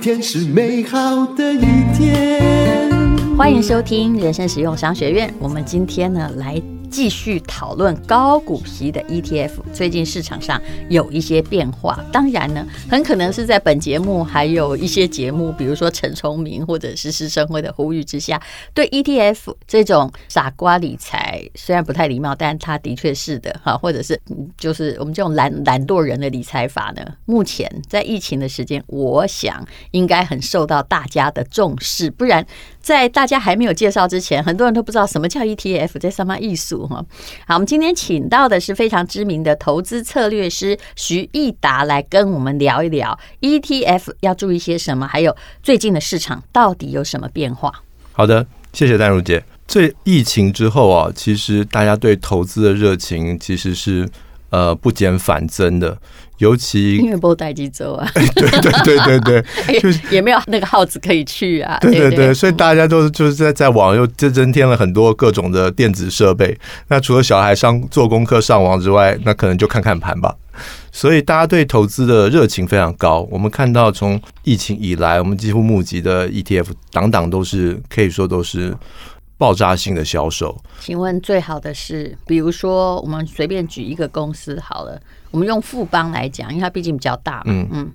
天是美好的一天。欢迎收听人生实用商学院。我们今天呢，来继续讨论高股息的 ETF。最近市场上有一些变化，当然呢，很可能是在本节目还有一些节目，比如说陈崇明或者是师生会的呼吁之下，对 ETF 这种傻瓜理财虽然不太礼貌，但它的确是的哈，或者是嗯就是我们这种懒懒惰人的理财法呢，目前在疫情的时间，我想应该很受到大家的重视，不然。在大家还没有介绍之前，很多人都不知道什么叫 ETF，在什么艺术哈。好，我们今天请到的是非常知名的投资策略师徐益达来跟我们聊一聊 ETF 要注意些什么，还有最近的市场到底有什么变化。好的，谢谢丹如姐。这疫情之后啊，其实大家对投资的热情其实是呃不减反增的，尤其 因为波代基周啊，对对 对对对，就是也没有那个耗子可以去啊。对对对，所以大家都是就是在在网又增增添了很多各种的电子设备。那除了小孩上做功课上网之外，那可能就看看盘吧。所以大家对投资的热情非常高。我们看到从疫情以来，我们几乎募集的 ETF 档档都是可以说都是爆炸性的销售。请问最好的是，比如说我们随便举一个公司好了，我们用富邦来讲，因为它毕竟比较大嘛。嗯嗯。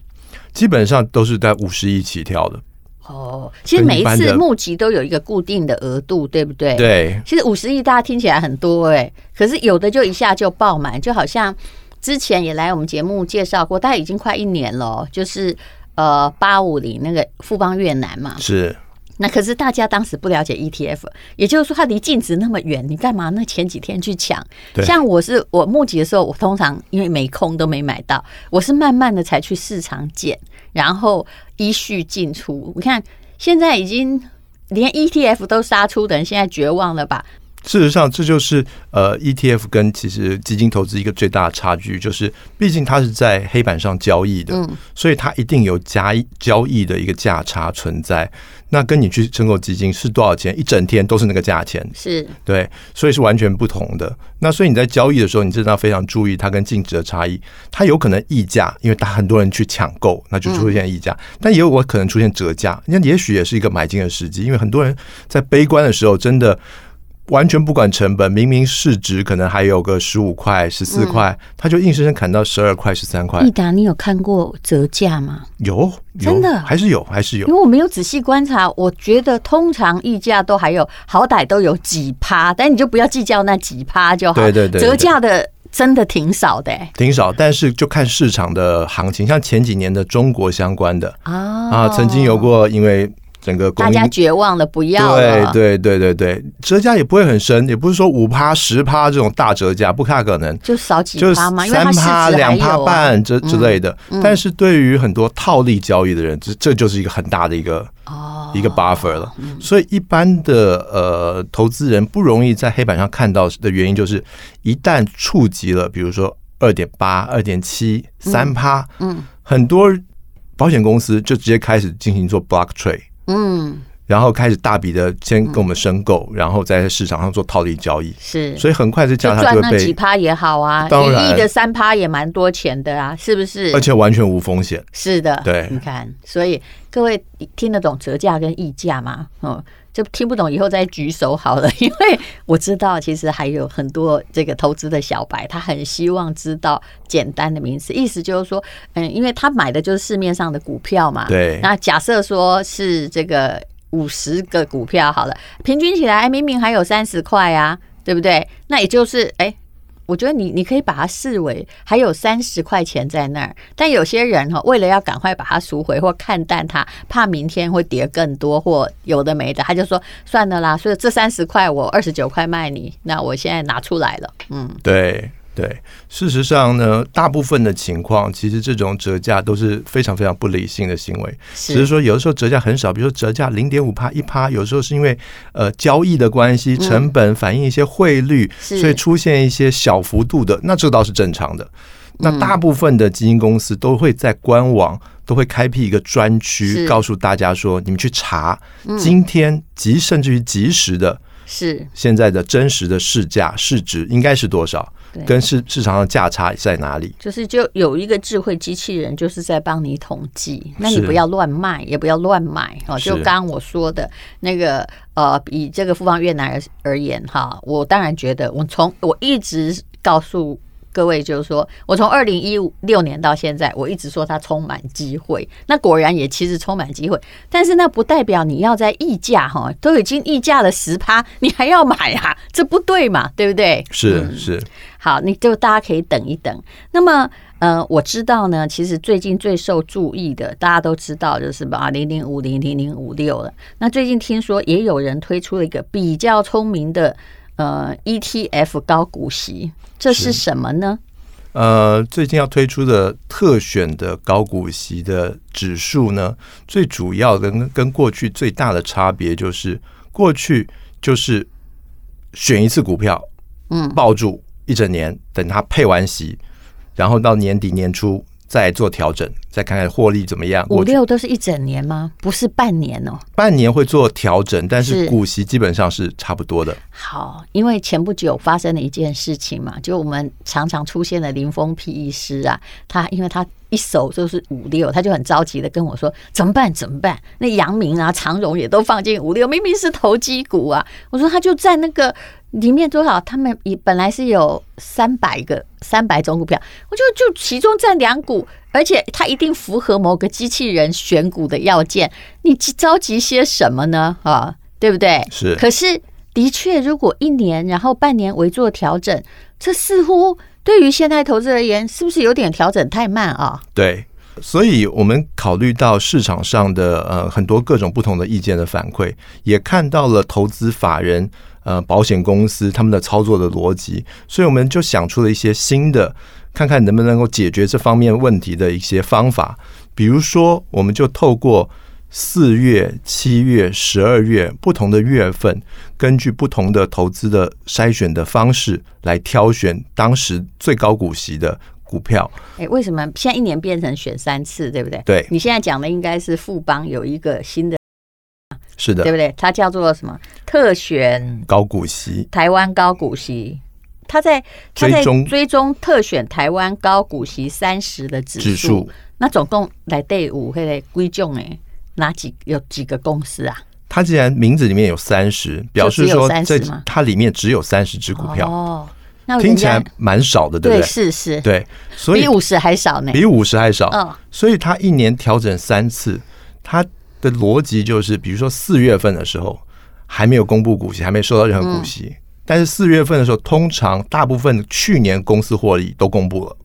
基本上都是在五十亿起跳的。哦，其实跟每一一般次的募集都有一个固定的额度，对不对？。对，其实五十亿大家听起来很多哎、可是有的就一下就爆满，就好像之前也来我们节目介绍过，大概已经快一年了哦，就是呃八五零那个富邦越南嘛。是那可是大家当时不了解 ETF，也就是说它离净值那么远，你干嘛那前几天去抢？对像我是我募集的时候，我通常因为没空都没买到，我是慢慢的才去市场捡，然后依序进出。你看现在已经连 ETF 都杀出的人，现在绝望了吧？事实上，这就是呃 ETF 跟其实基金投资一个最大的差距，就是毕竟它是在黑板上交易的，所以它一定有加交易的一个价差存在。那跟你去申购基金是多少钱，一整天都是那个价钱，是对，所以是完全不同的。那所以你在交易的时候，你真的要非常注意它跟净值的差异。它有可能溢价，因为它很多人去抢购，那就出现溢价；嗯但也有我可能出现折价，那也许也是一个买进的时机，因为很多人在悲观的时候，真的完全不管成本，明明市值可能还有个十五块、十嗯四块，他就硬生生砍到十二块、十三块益。达，你有看过折价吗？有，有嗯真的还是有，还是有因。为我没有仔细观察，我觉得通常溢价都还有，好歹都有几趴，但你就不要计较那几趴就好。对对对对折价的真的挺少的、欸、挺少，但是就看市场的行情，像前几年的中国相关的，啊啊，曾经有过因为整个供大应家绝望了，不要对了。对对对对，折价也不会很深，也不是说五趴十趴这种大折价，不太可能。就少几就是趴嘛，因为它三市值趴、还两趴有、啊。嗯半这之类的，但是对于很多套利交易的人，这这就是一个很大的一个哦嗯一个 buffer 了。所以一般的呃投资人不容易在黑板上看到的原因，就是一旦触及了，比如说二点八、二点七、三趴，嗯，很多保险公司就直接开始进行做 block trade。嗯，然后开始大笔的先跟我们申购，然后在市场上做套利交易，是。所以很快就这价差赚就那会几被，趴也好啊，当一然亿的三趴也蛮多钱的啊，是不是？而且完全无风险。是的，对你看，所以各位听得懂折价跟溢价吗？哦、就听不懂以后再举手好了，因为我知道其实还有很多这个投资的小白，他很希望知道简单的名词，意思就是说，嗯，因为他买的就是市面上的股票嘛，对啊那假设说是这个五十个股票好了，平均起来，哎，明明还有三十块啊，对不对？那也就是，哎，我觉得你你可以把它视为还有三十块钱在那儿，但有些人哈、为了要赶快把它赎回或看淡它，怕明天会跌更多或有的没的，他就说算了啦，所以这三十块我二十九块卖你，那我现在拿出来了，嗯，对对，事实上呢，大部分的情况其实这种折价都是非常非常不理性的行为，只是是说有的时候折价很少，比如说折价零点五帕一趴，有时候是因为呃交易的关系，成本反映一些汇率，嗯是所以出现一些小幅度的，那这倒是正常的。那嗯大部分的基金公司都会在官网都会开辟一个专是嗯区，告诉大家说，你们去查今天及甚至于及时的是现在的真实的市价市值应该是多少。对跟市市场上的价差在哪里。就是就有一个智慧机器人，就是在帮你统计。那你是不要乱卖，也不要乱买哦。是就刚刚我说的那个呃，以这个复方越南而而言哈，我当然觉得，我从我一直告诉各位，就是说我从二零一六年到现在，我一直说它充满机会。那果然也其实充满机会，但是那不代表你要在溢价哈，都已经溢价了十趴，你还要买啊，这不对嘛，对不对？是是，好，你就大家可以等一等。那么，呃，我知道呢，其实最近最受注意的，大家都知道就是吧，零零五零零零五六了。那最近听说也有人推出了一个比较聪明的呃 ETF 高股息，这是是什么呢？呃，最近要推出的特选的高股息的指数呢，最主要的跟跟过去最大的差别就是，过去就是选一次股票，嗯，抱住一整年，等它配完息，然后到年底年初再做调整，再看看获利怎么样。五过去六都是一整年吗？不是半年哦。半年会做调整，但是是股息基本上是差不多的。好，因为前不久发生了一件事情嘛，就我们常常出现的林峰 P 医师啊，他因为他一手就是五六，他就很着急的跟我说怎么办怎么办？那阳明啊、长荣也都放进五六，明明是投机股啊，我说他就在那个里面多少，他们也本来是有三百个三百种股票，我就就其中占两股，而且它一定符合某个机器人选股的要件，你着急些什么呢？啊，对不对？是可是的确，如果一年然后半年为做调整，这似乎对于现在投资而言，是不是有点调整太慢啊？对，所以我们考虑到市场上的呃很多各种不同的意见的反馈，也看到了投资法人。呃，保险公司他们的操作的逻辑，所以我们就想出了一些新的，看看能不能够解决这方面问题的一些方法。比如说，我们就透过四月、七月、十二月不同的月份，根据不同的投资的筛选的方式来挑选当时最高股息的股票。哎，为什么现在一年变成选三次，对不对？对，你现在讲的应该是富邦有一个新的，是的对。不对？它叫做什么？特选高股息，台湾高股息，它在它在追踪追踪特选台湾高股息三十的指数。指数那总共来第五会来归种哎，哪几有几个公司啊？它既然名字里面有三十，表示说30这吗它里面只有三十只股票，哦，那人听起家来蛮少的，对对不对？是是，对，所以比五十还少呢。比五十还少，嗯，所以它一年调整三次，它的逻辑就是，比如说四月份的时候还没有公布股息，还没收到任何股息，嗯但是四月份的时候，通常大部分去年公司获利都公布了，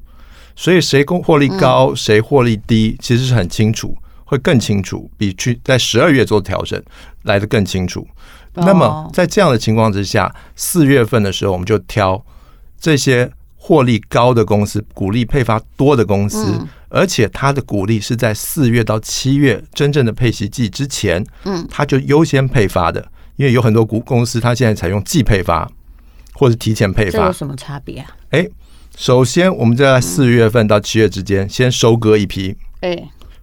所以谁公获利嗯高，谁获利低，其实是很清楚，会更清楚，比去在十二月做调整来的更清楚。哦那么在这样的情况之下，四月份的时候，我们就挑这些获利高的公司，股利配发多的公司，嗯而且它的股利是在四月到七月真正的配息季之前，嗯，它就优先配发的，因为有很多股公司它现在采用季配发或是提前配这发有，什么差别啊？哎，首先我们就在四月份到七月之间先收割一批哎，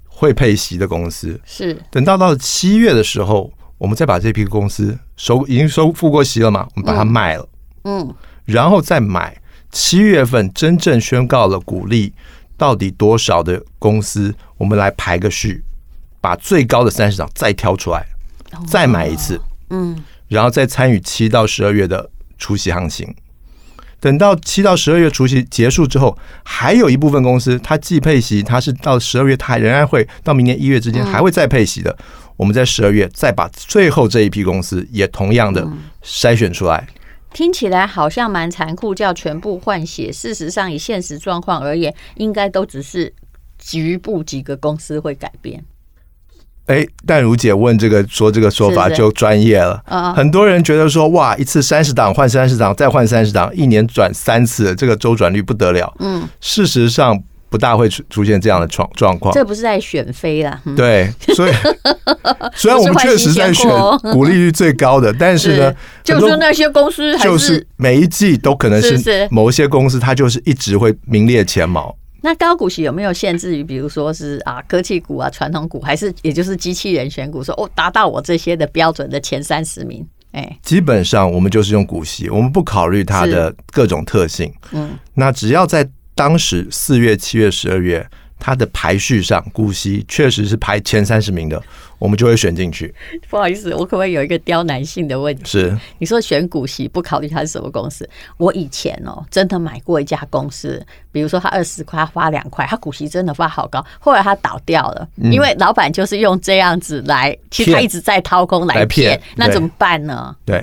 会配息的公司，是等到到七月的时候，我们再把这批公司收已经收付过息了嘛，我们把它卖了，嗯，然后再买七月份真正宣告了股利到底多少的公司，我们来排个序，把最高的三十档再挑出来，再买一次，嗯，然后再参与七到十二月的除息行情。等到七到十二月除息结束之后，还有一部分公司它既配息，它是到十二月它还仍然会到明年一月之间嗯还会再配息的。我们在十二月再把最后这一批公司也同样的嗯筛选出来，听起来好像蛮残酷，叫全部换血。事实上，以现实状况而言，应该都只是局部几个公司会改变。哎，淡如姐问这个说这个说法是是就专业了。啊很多人觉得说哇，一次三十档换三十档再换三十档，一年转三次，这个周转率不得了。嗯，事实上不大会出出现这样的状状况。这不是在选妃啦，嗯对， 所以虽然我们不是换确实新在鲜选货哦股利率最高的，但是呢，就很多说那些公司还是、就是每一季都可能是是是某一些公司，它就是一直会名列前茅。那高股息有没有限制于，比如说是啊科技股啊传统股，还是也就是机器人选股说哦达到我这些的标准的前三十名？哎，基本上我们就是用股息，我们不考虑它的各种特性。嗯，那只要在当时四月、七月、十二月，它的排序上，股息确实是排前三十名的，我们就会选进去。不好意思，我可不可以有一个刁难性的问题？是你说选股息不考虑它是什么公司？我以前哦，真的买过一家公司，比如说它二十块它发两块，它股息真的发好高，后来它倒掉了，因为老板就是用这样子来，其实他嗯骗一直在掏空来来骗骗，那对怎么办呢？对，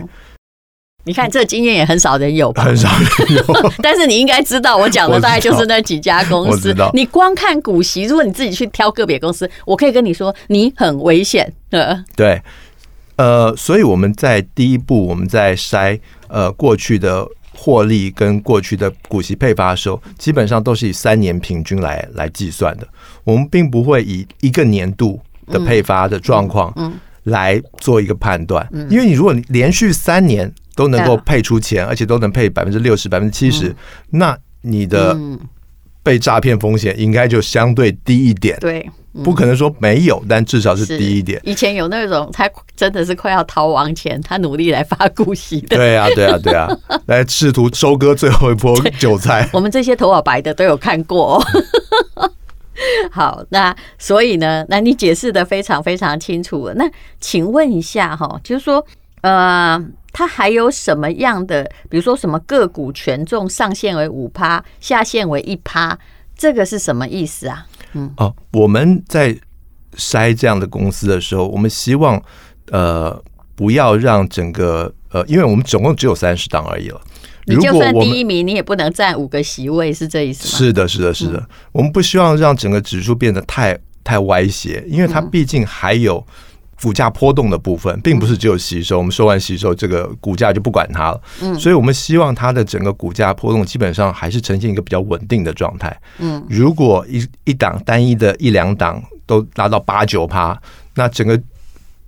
你看这经验也很少人有吧？很少人有但是你应该知道，我讲的大概就是那几家公我司知道。你光看股息，如果你自己去挑个别公司，我可以跟你说，你很危险。呃，对。呃，所以我们在第一步，我们在筛呃过去的获利跟过去的股息配发的时候，基本上都是以三年平均来来计算的。我们并不会以一个年度的配发的状况嗯来做一个判断，因为你如果你连续三年都能够对啊配出钱，而且都能配百分之六十、百分之七十，那你的嗯，被诈骗风险应该就相对低一点。对，嗯不可能说没有，但至少是低一点。以前有那种他真的是快要逃亡前，他努力来发股息 的。对啊，对啊，对啊，来试图收割最后一波韭 菜。我们这些头发白的都有看过、哦。 好，那所以呢，那你解释的非常非常清楚了。那请问一下哈，就是说，呃，它还有什么样的，比如说什么个股权重上限为五趴，下限为一趴，这个是什么意思啊？哦，我们在筛这样的公司的时候，我们希望呃不要让整个呃，因为我们总共只有三十档而已了。你如就果算我第们一名，你也不能占五个席位，是这意思吗？是的，是的，是的，我们不希望让整个指数变得太太歪斜，因为它毕竟还有股价波动的部分，并不是只有吸收。我们说完吸收，这个股价就不管它了。嗯，所以我们希望它的整个股价波动基本上还是呈现一个比较稳定的状态。嗯，如果一一档单一的一两档都拉到八九趴，那整个。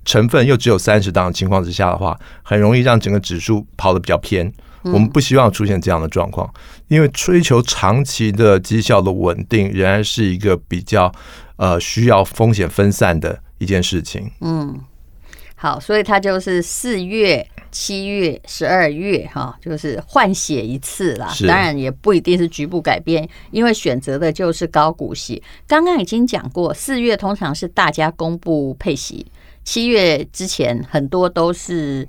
成分又只有三十档的情况之下的话，很容易让整个指数跑得比较偏。我们不希望出现这样的状况，因为追求长期的绩效的稳定，仍然是一个比较呃需要风险分散的一件事情。好，所以它就是四月、七月、十二月哈，就是换血一次啦。是当然也不一定是局部改变，因为选择的就是高股息。刚刚已经讲过，四月通常是大家公布配息，七月之前很多都是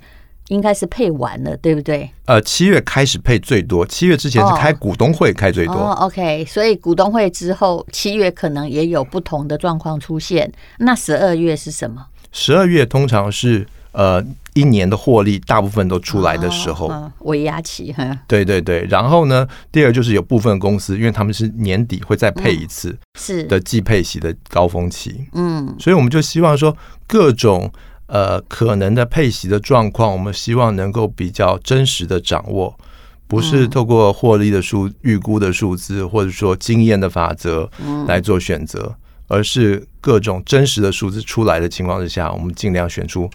应该是配完了，对不对？呃，七月开始配最多，七月之前是开股东会开最多，哦，OK，所以股东会之后七月可能也有不同的状况出现。那十二月是什么？十二月通常是呃一年的获利大部分都出来的时候。嗯，尾牙期，哼对对对，然后呢，第二就是有部分公司，因为他们是年底会再配一次是的季配息的高峰期，嗯。所以我们就希望说各种呃可能的配息的状况，我们希望能够比较真实的掌握，不嗯是透过获利的数预估的数字，或者说经验的法则嗯来做选择，而是各种真实的数字出来的情况之下，我们尽量选出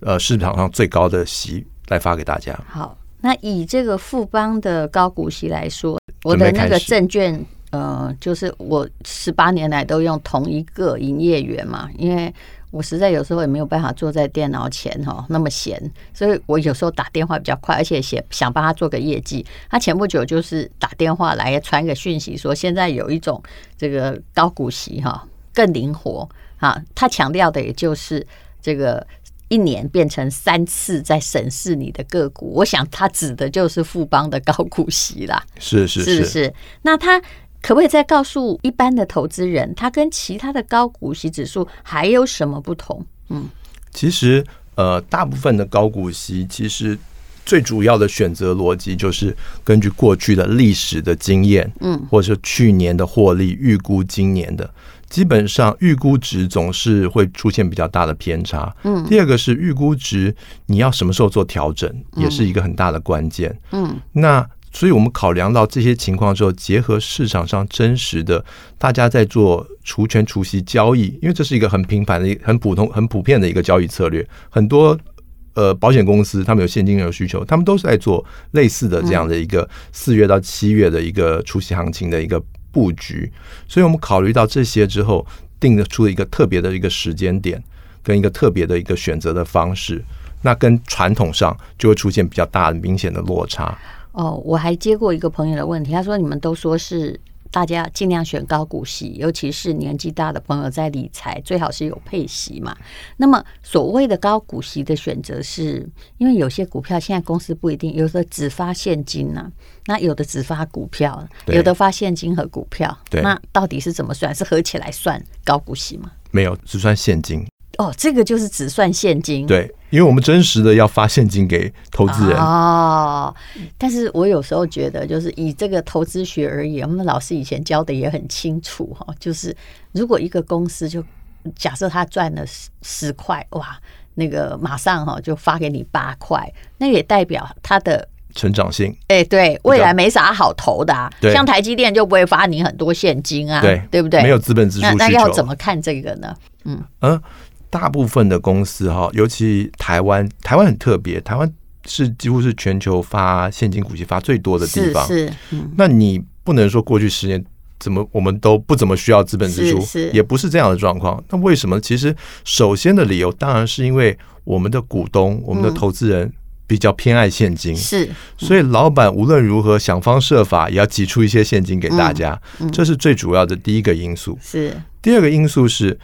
呃市场上最高的息来发给大家。好，那以这个富邦的高股息来说，我准备的那开个始证券，呃，就是我十八年来都用同一个营业员嘛，因为。我实在有时候也没有办法坐在电脑前哦，那么闲，所以我有时候打电话比较快，而且写想帮他做个业绩。他前不久就是打电话来传个讯息说，现在有一种这个高股息哈、更灵活啊。他强调的也就是这个一年变成三次在审视你的个股，我想他指的就是富邦的高股息啦，是是是不是？那他可不可以再告诉一般的投资人，它跟其他的高股息指数还有什么不同？其实呃，大部分的高股息其实最主要的选择逻辑就是根据过去的历史的经验，嗯，或者是去年的获利预估今年的。基本上预估值总是会出现比较大的偏差。嗯，第二个是预估值，你要什么时候做调整，也是一个很大的关键。嗯，那所以我们考量到这些情况之后，结合市场上真实的大家在做除权除息交易，因为这是一个很频繁的、很普通、很普遍的一个交易策略，很多。呃，保险公司他们有现金流需求，他们都是在做类似的这样的一个四月到七月的一个除息行情的一个布局，所以我们考虑到这些之后，定出了一个特别的一个时间点，跟一个特别的一个选择的方式。那跟传统上就会出现比较大的明显的落差。哦，我还接过一个朋友的问题，他说你们都说是大家尽量选高股息，尤其是年纪大的朋友在理财，最好是有配息嘛。那么所谓的高股息的选择是，因为有些股票现在公司不一定，有的只发现金呐、啊那有的只发股票，对有的发现金和股票，对那到底是怎么算？是合起来算高股息吗？没有，只算现金。哦，这个就是只算现金，对，因为我们真实的要发现金给投资人，哦，但是我有时候觉得，就是以这个投资学而言，我们老师以前教的也很清楚哈、就是如果一个公司就假设他赚了十十块，哇，那个马上哈、就发给你八块，那也代表他的。成长性哎、对，未来没啥好投的啊，对像台积电就不会发你很多现金啊，对对不对？没有资本支出那需求。那要怎么看这个呢？嗯，大部分的公司哈，尤其台湾，台湾很特别，台湾是几乎是全球发现金股息发最多的地是方。是，嗯，那你不能说过去十年怎么我们都不怎么需要资本支出，是是也不是这样的状况。那为什么？其实首先的理由当然是因为我们的股东、我嗯们的投资人比较偏爱现金，是所以老板无论如何想方设法也要挤出一些现金给大家，这是最主要的第一个因素。是，第二个因素是，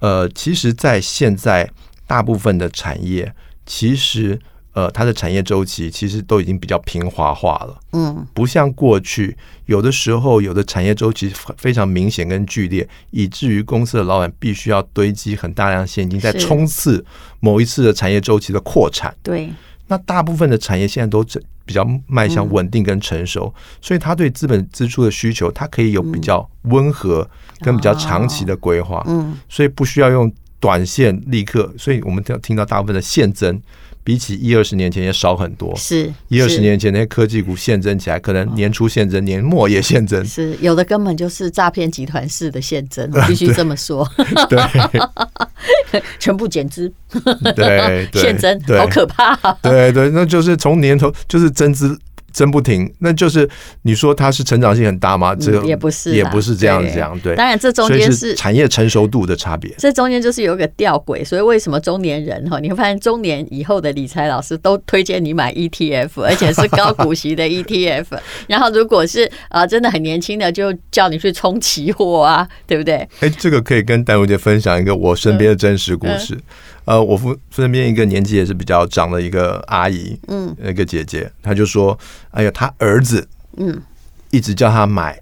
呃，其实，在现在大部分的产业，其实呃，它的产业周期其实都已经比较平滑化了，嗯，不像过去有的时候有的产业周期非常明显跟剧烈，以至于公司的老板必须要堆积很大量的现金，在是冲刺某一次的产业周期的扩产。对，那大部分的产业现在都这比较迈向稳定跟成熟，所以它对资本支出的需求，它可以有比较温和跟比较长期的规划。嗯，所以不需要用短线立刻，所以我们听听到大部分的现增，比起一二十年前也少很多。是一二十是。年前那些科技股现增起来，可能年初现增，年末也现增 是有的根本就是诈骗集团式的现增， 我必须这么说，对 全部减资 对对，现增，对好可怕、啊对对，那就是从年头就是增资增不停，那就是你说它是成长性很大吗？这个嗯也不是啦也不是这样对讲，对。当然，这中所以间是是。产业成熟度的差别。这中间就是有一个吊诡，所以为什么中年人哈，你会发现中年以后的理财老师都推荐你买 ETF，而且是高股息的 ETF。然 后如果是啊、呃真的很年轻的，就叫你去冲期货啊，对不对？ 哎，这个可以跟丹如姐分享一个我身边的真实故事。呃，我父身边一个年纪也是比较长的一个阿姨，嗯，一个姐姐，她就说：“哎呀，她儿子，嗯，一直叫她买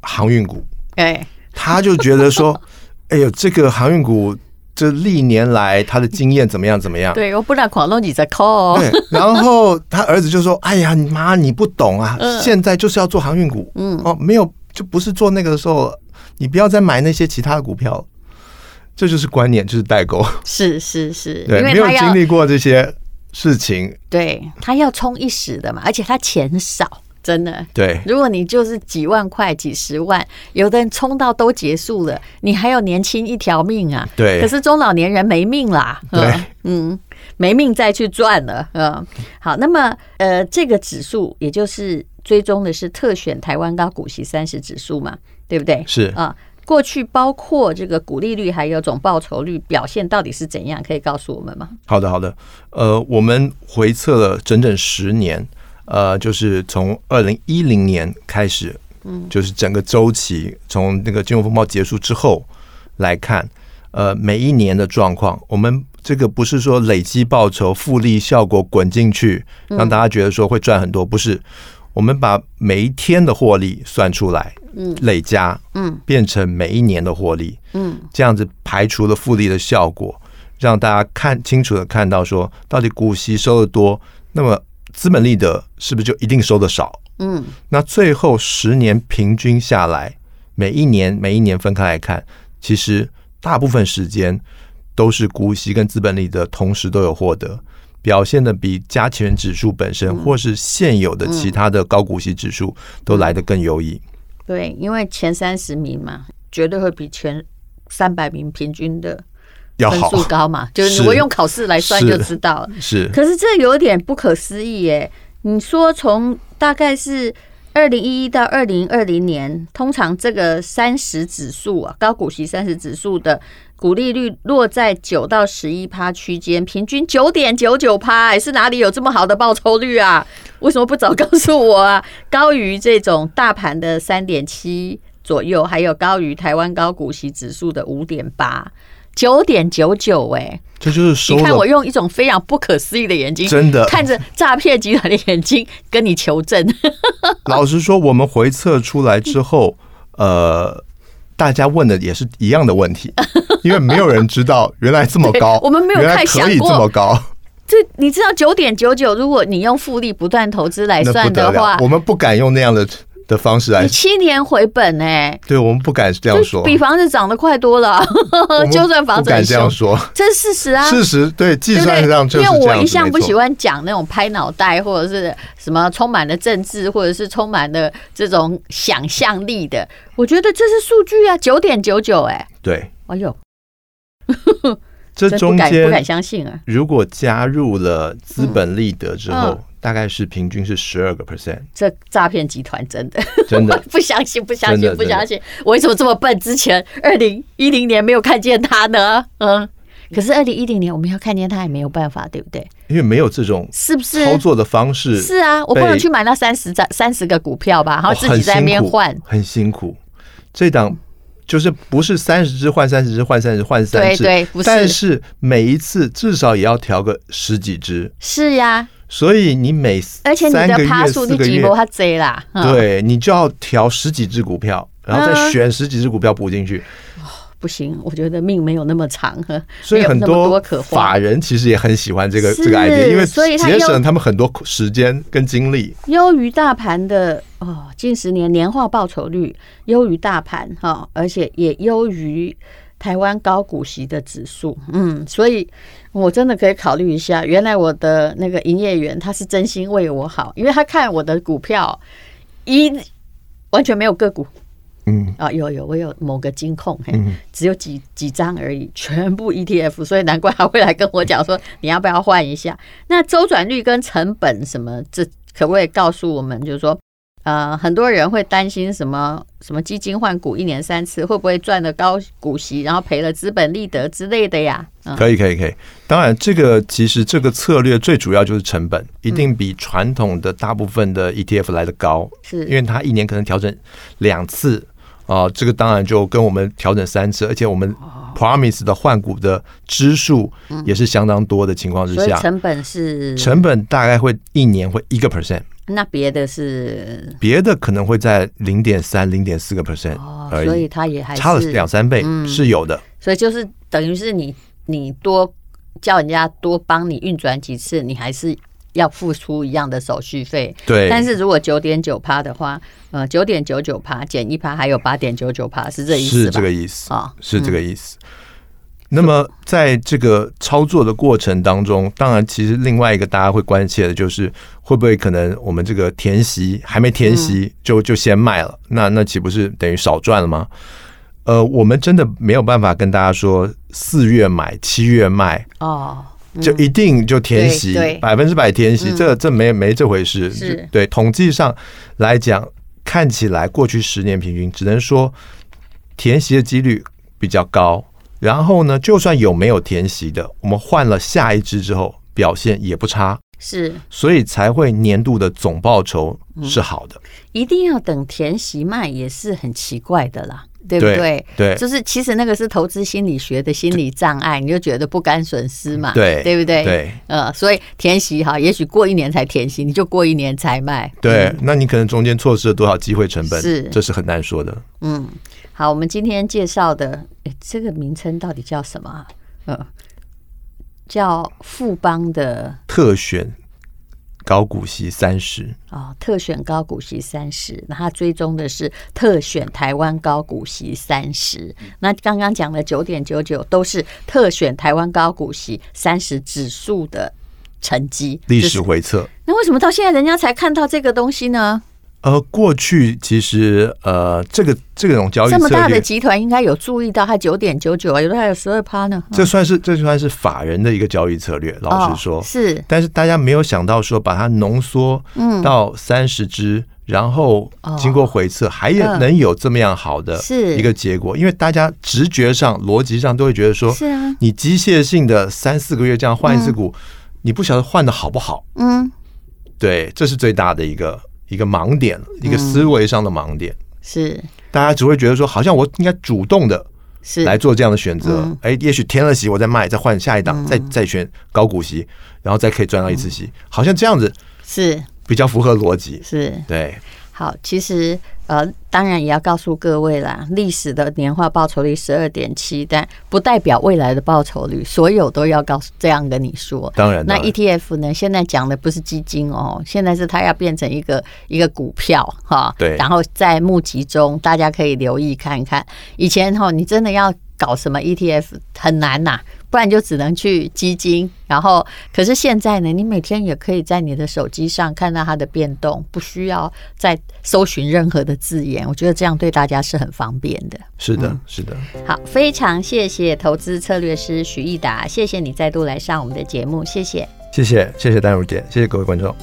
航运股，哎，她就觉得说， 哎呦，这个航运股这历年来她的经验怎么样怎么样。”对，我不然狂弄你在 call，哦对，然后他儿子就说：“哎呀，你妈你不懂啊，嗯现在就是要做航运股，嗯，哦，没有就不是做那个的时候，你不要再买那些其他的股票了。”这就是观念，就是代沟，是是是，对，因为没有他要经历过这些事情，对他要冲一时的嘛，而且他钱少，真的。对，如果你就是几万块、几十万，有的人冲到都结束了，你还有年轻一条命啊。对可是中老年人没命啦。对嗯嗯，没命再去赚了。嗯，好，那么呃，这个指数也就是追踪的是特选台湾高股息三十指数嘛，对不对？是啊。过去包括这个股利率还有总报酬率表现到底是怎样，可以告诉我们吗？好的，好的。呃，我们回测了整整十年，呃，就是从二零一零年开始，嗯，就是整个周期，从那个金融风暴结束之后来看，呃，每一年的状况，我们这个不是说累积报酬、复利效果滚进去，让大家觉得说会赚很多，不是。我们把每一天的获利算出来，嗯，累加，嗯，变成每一年的获利，嗯，这样子排除了复利的效果，让大家看清楚的看到说，到底股息收的多，那么资本利得是不是就一定收的少？嗯，那最后十年平均下来，每一年每一年分开来看，其实大部分时间都是股息跟资本利得同时都有获得，表现的比加权指数本身嗯或是现有的其他的高股息指数都来得更优异。嗯对，因为前三十名嘛，绝对会比前三百名平均的要分好数高嘛，就是是我用考试来算是就知道了。是可是这有点不可思议耶！你说从大概是二零一一到二零二零年，通常这个三十指数啊，高股息三十指数的股利率落在九到十一趴区间，平均九点九九趴，哎是哪里有这么好的报酬率啊？为什么不早告诉我啊？ 高于这种大盘的三点七左右，还有高于台湾高股息指数的五点八，九点九九，哎，这就是收你看我了，用一种非常不可思议的眼睛，真的。看着诈骗集团的眼睛跟你求证。 老实说，我们回测出来之后，呃，大家问的也是一样的问 题，因为没有人知道原来这么高，对我们没有原来太想可以这过么高，这你知道九点九九，如果你用复利不断投资来那不哎算得的了话，，我们不敢用那样的的方式来你，七年回本哎、对我们不敢这样就说，比房子涨得快多了我，们就算房不子很敢这样凶，说，这是事实啊。事实对计对不算对上就？因是这样子。为我一向不喜没错，欢讲那种拍脑袋或者是什么充满了政治或者是充满了这种想象力的，我觉得这是数据啊，九点九九哎，对，哎呦，这真不中敢不敢间相信啊，如果加入了资本利得之嗯后，大概是平均是十二个 percent，这诈骗集团真的。真的 不相信，不相真信，的不相信！我为什么这么笨？之前二零一零年没有看见他呢？嗯，可是二零一零年我们要看见他也没有办法，对不对？因为没有这种是不是？操作的方式是啊，我不能被去买那三十张、三十个股票吧，然后哦自己在那边换。很辛苦。很辛苦这档就是不是三十只换三十只换三十换三对十，对，不但是，是每一次至少也要调个十几只，是呀，所以你每而且你三个的月趴数四你个几月波，他贼啦，嗯，对你就要调十几只股票，然后再选十几只股票补进去，不行，我觉得命没有那么长，呵所以没有很那么多可花法。人其实也很喜欢这个是这个 idea，因为所以他节又省他们很多时间跟精力。优于大盘的哦，近十年年化报酬率优于大盘哈、而且也优于台湾高股息的指数。嗯，所以我真的可以考虑一下。原来我的那个营业员他是真心为我好，因为他看我的股票一完全没有个股嗯，啊、有有我有某个金控嘿，只有几几张而已， 全部 ETF，所以难怪他会来跟我讲说你要不要换一下。 那周转率跟成本什么，这可不可以告诉我们？就是说，呃，很多人会担心什么什么基金换股一年三次，会不会赚了高股息，然后赔了资本利得之类的呀？嗯，可以，可以，可以。当然，这个其实这个策略最主要就是成嗯本，一定比传统的大部分的 ETF 来的高，因是为它一年可能调整两次啊、这个当然就跟我们调整三次，而且我们哦 promise 的换股的支数也是相当多的情况之嗯所以下，成本是成本大概会一年会一个 percent，那别的是别的可能会在零点三、零点四个 percent 哦，而所已以，它也还是差了两三倍嗯是有的。所以就是等于是你你多叫人家多帮你运转几次，你还是要付出一样的手续费。对，但是如果九点九趴的话，呃，九点九九趴减一趴，还有八点九九趴，是这意思吧？是这个意思啊是这个意思。那么在这个操作的过程当中，当然其实另外一个大家会关切的就是，会不会可能我们这个填息还没填息就就先卖了，那那岂不是等于少赚了吗？呃，我们真的没有办法跟大家说四月买七月卖哦，就一定就填对息对，百分之百填息，这这没没这回事。是就对统计上来讲，看起来过去十年平均，只能说填息的几率比较高。然后呢，就算有没有填息的，我们换了下一支之后，表现也不差，是所以才会年度的总报酬是好的。一定要等填息卖，也是很奇怪的啦，对不对对？对就是其实那个是投资心理学的心理障碍，你就觉得不甘损失嘛，对对不对？对，呃，所以填息哈，也许过一年才填息，你就过一年才卖，嗯对，那你可能中间错失了多少机会成本，是嗯这是很难说的。嗯，好，我们今天介绍的，诶这个名称到底叫什么、啊？呃，叫富邦的特选高股息三十，哦，特选高股息三十，那它追踪的是特选台湾高股息三十。那刚刚讲的九点九九都是特选台湾高股息三十指数的成绩历就史是回测。那为什么到现在人家才看到这个东西呢？呃，过去其实呃，这个这种交易这么策大的略，集团应该有注意到它九点九九啊，有的还有十二趴呢。这算是这算是法人的一个交易策略。老实说，哦、是嗯但是大家没有想到说把它浓缩到三十只，然后哦经过回测，还有嗯能有这么样好的是一个结果，因为大家直觉上、逻辑上都会觉得说，是嗯啊，你机械性的三四个月这样换一次股，你不晓得换的好不好，嗯，对，这是最大的一个一个盲点，一嗯个思维上的盲点。是大家只会觉得说，好像我应该主动的是来做这样的选择嗯。哎、也许填了息，我再卖，再换下一档，再再选高股息，然后再可以赚到一次嗯息，好像这样子是比较符合逻辑。是对，好，其实呃，当然也要告诉各位啦，历史的年化报酬率十二点七，但不代表未来的报酬率，所有都要告诉这样跟你说。当然，那当然 ETF 呢？现在讲的不是基金哦，现在是它要变成一个一个股票哈。对然后在募集中，大家可以留意看看。以前哈、你真的要搞什么 ETF 很难呐、不然就只能去基金。然后，可是现在呢，你每天也可以在你的手机上看到它的变动，不需要再搜寻任何的字眼。我觉得这样对大家是很方便的。是嗯的，是的。好，非常谢谢投资策略师徐益达，谢谢你再度来上我们的节目，谢谢。谢谢，谢谢丹如姐，谢谢各位观众。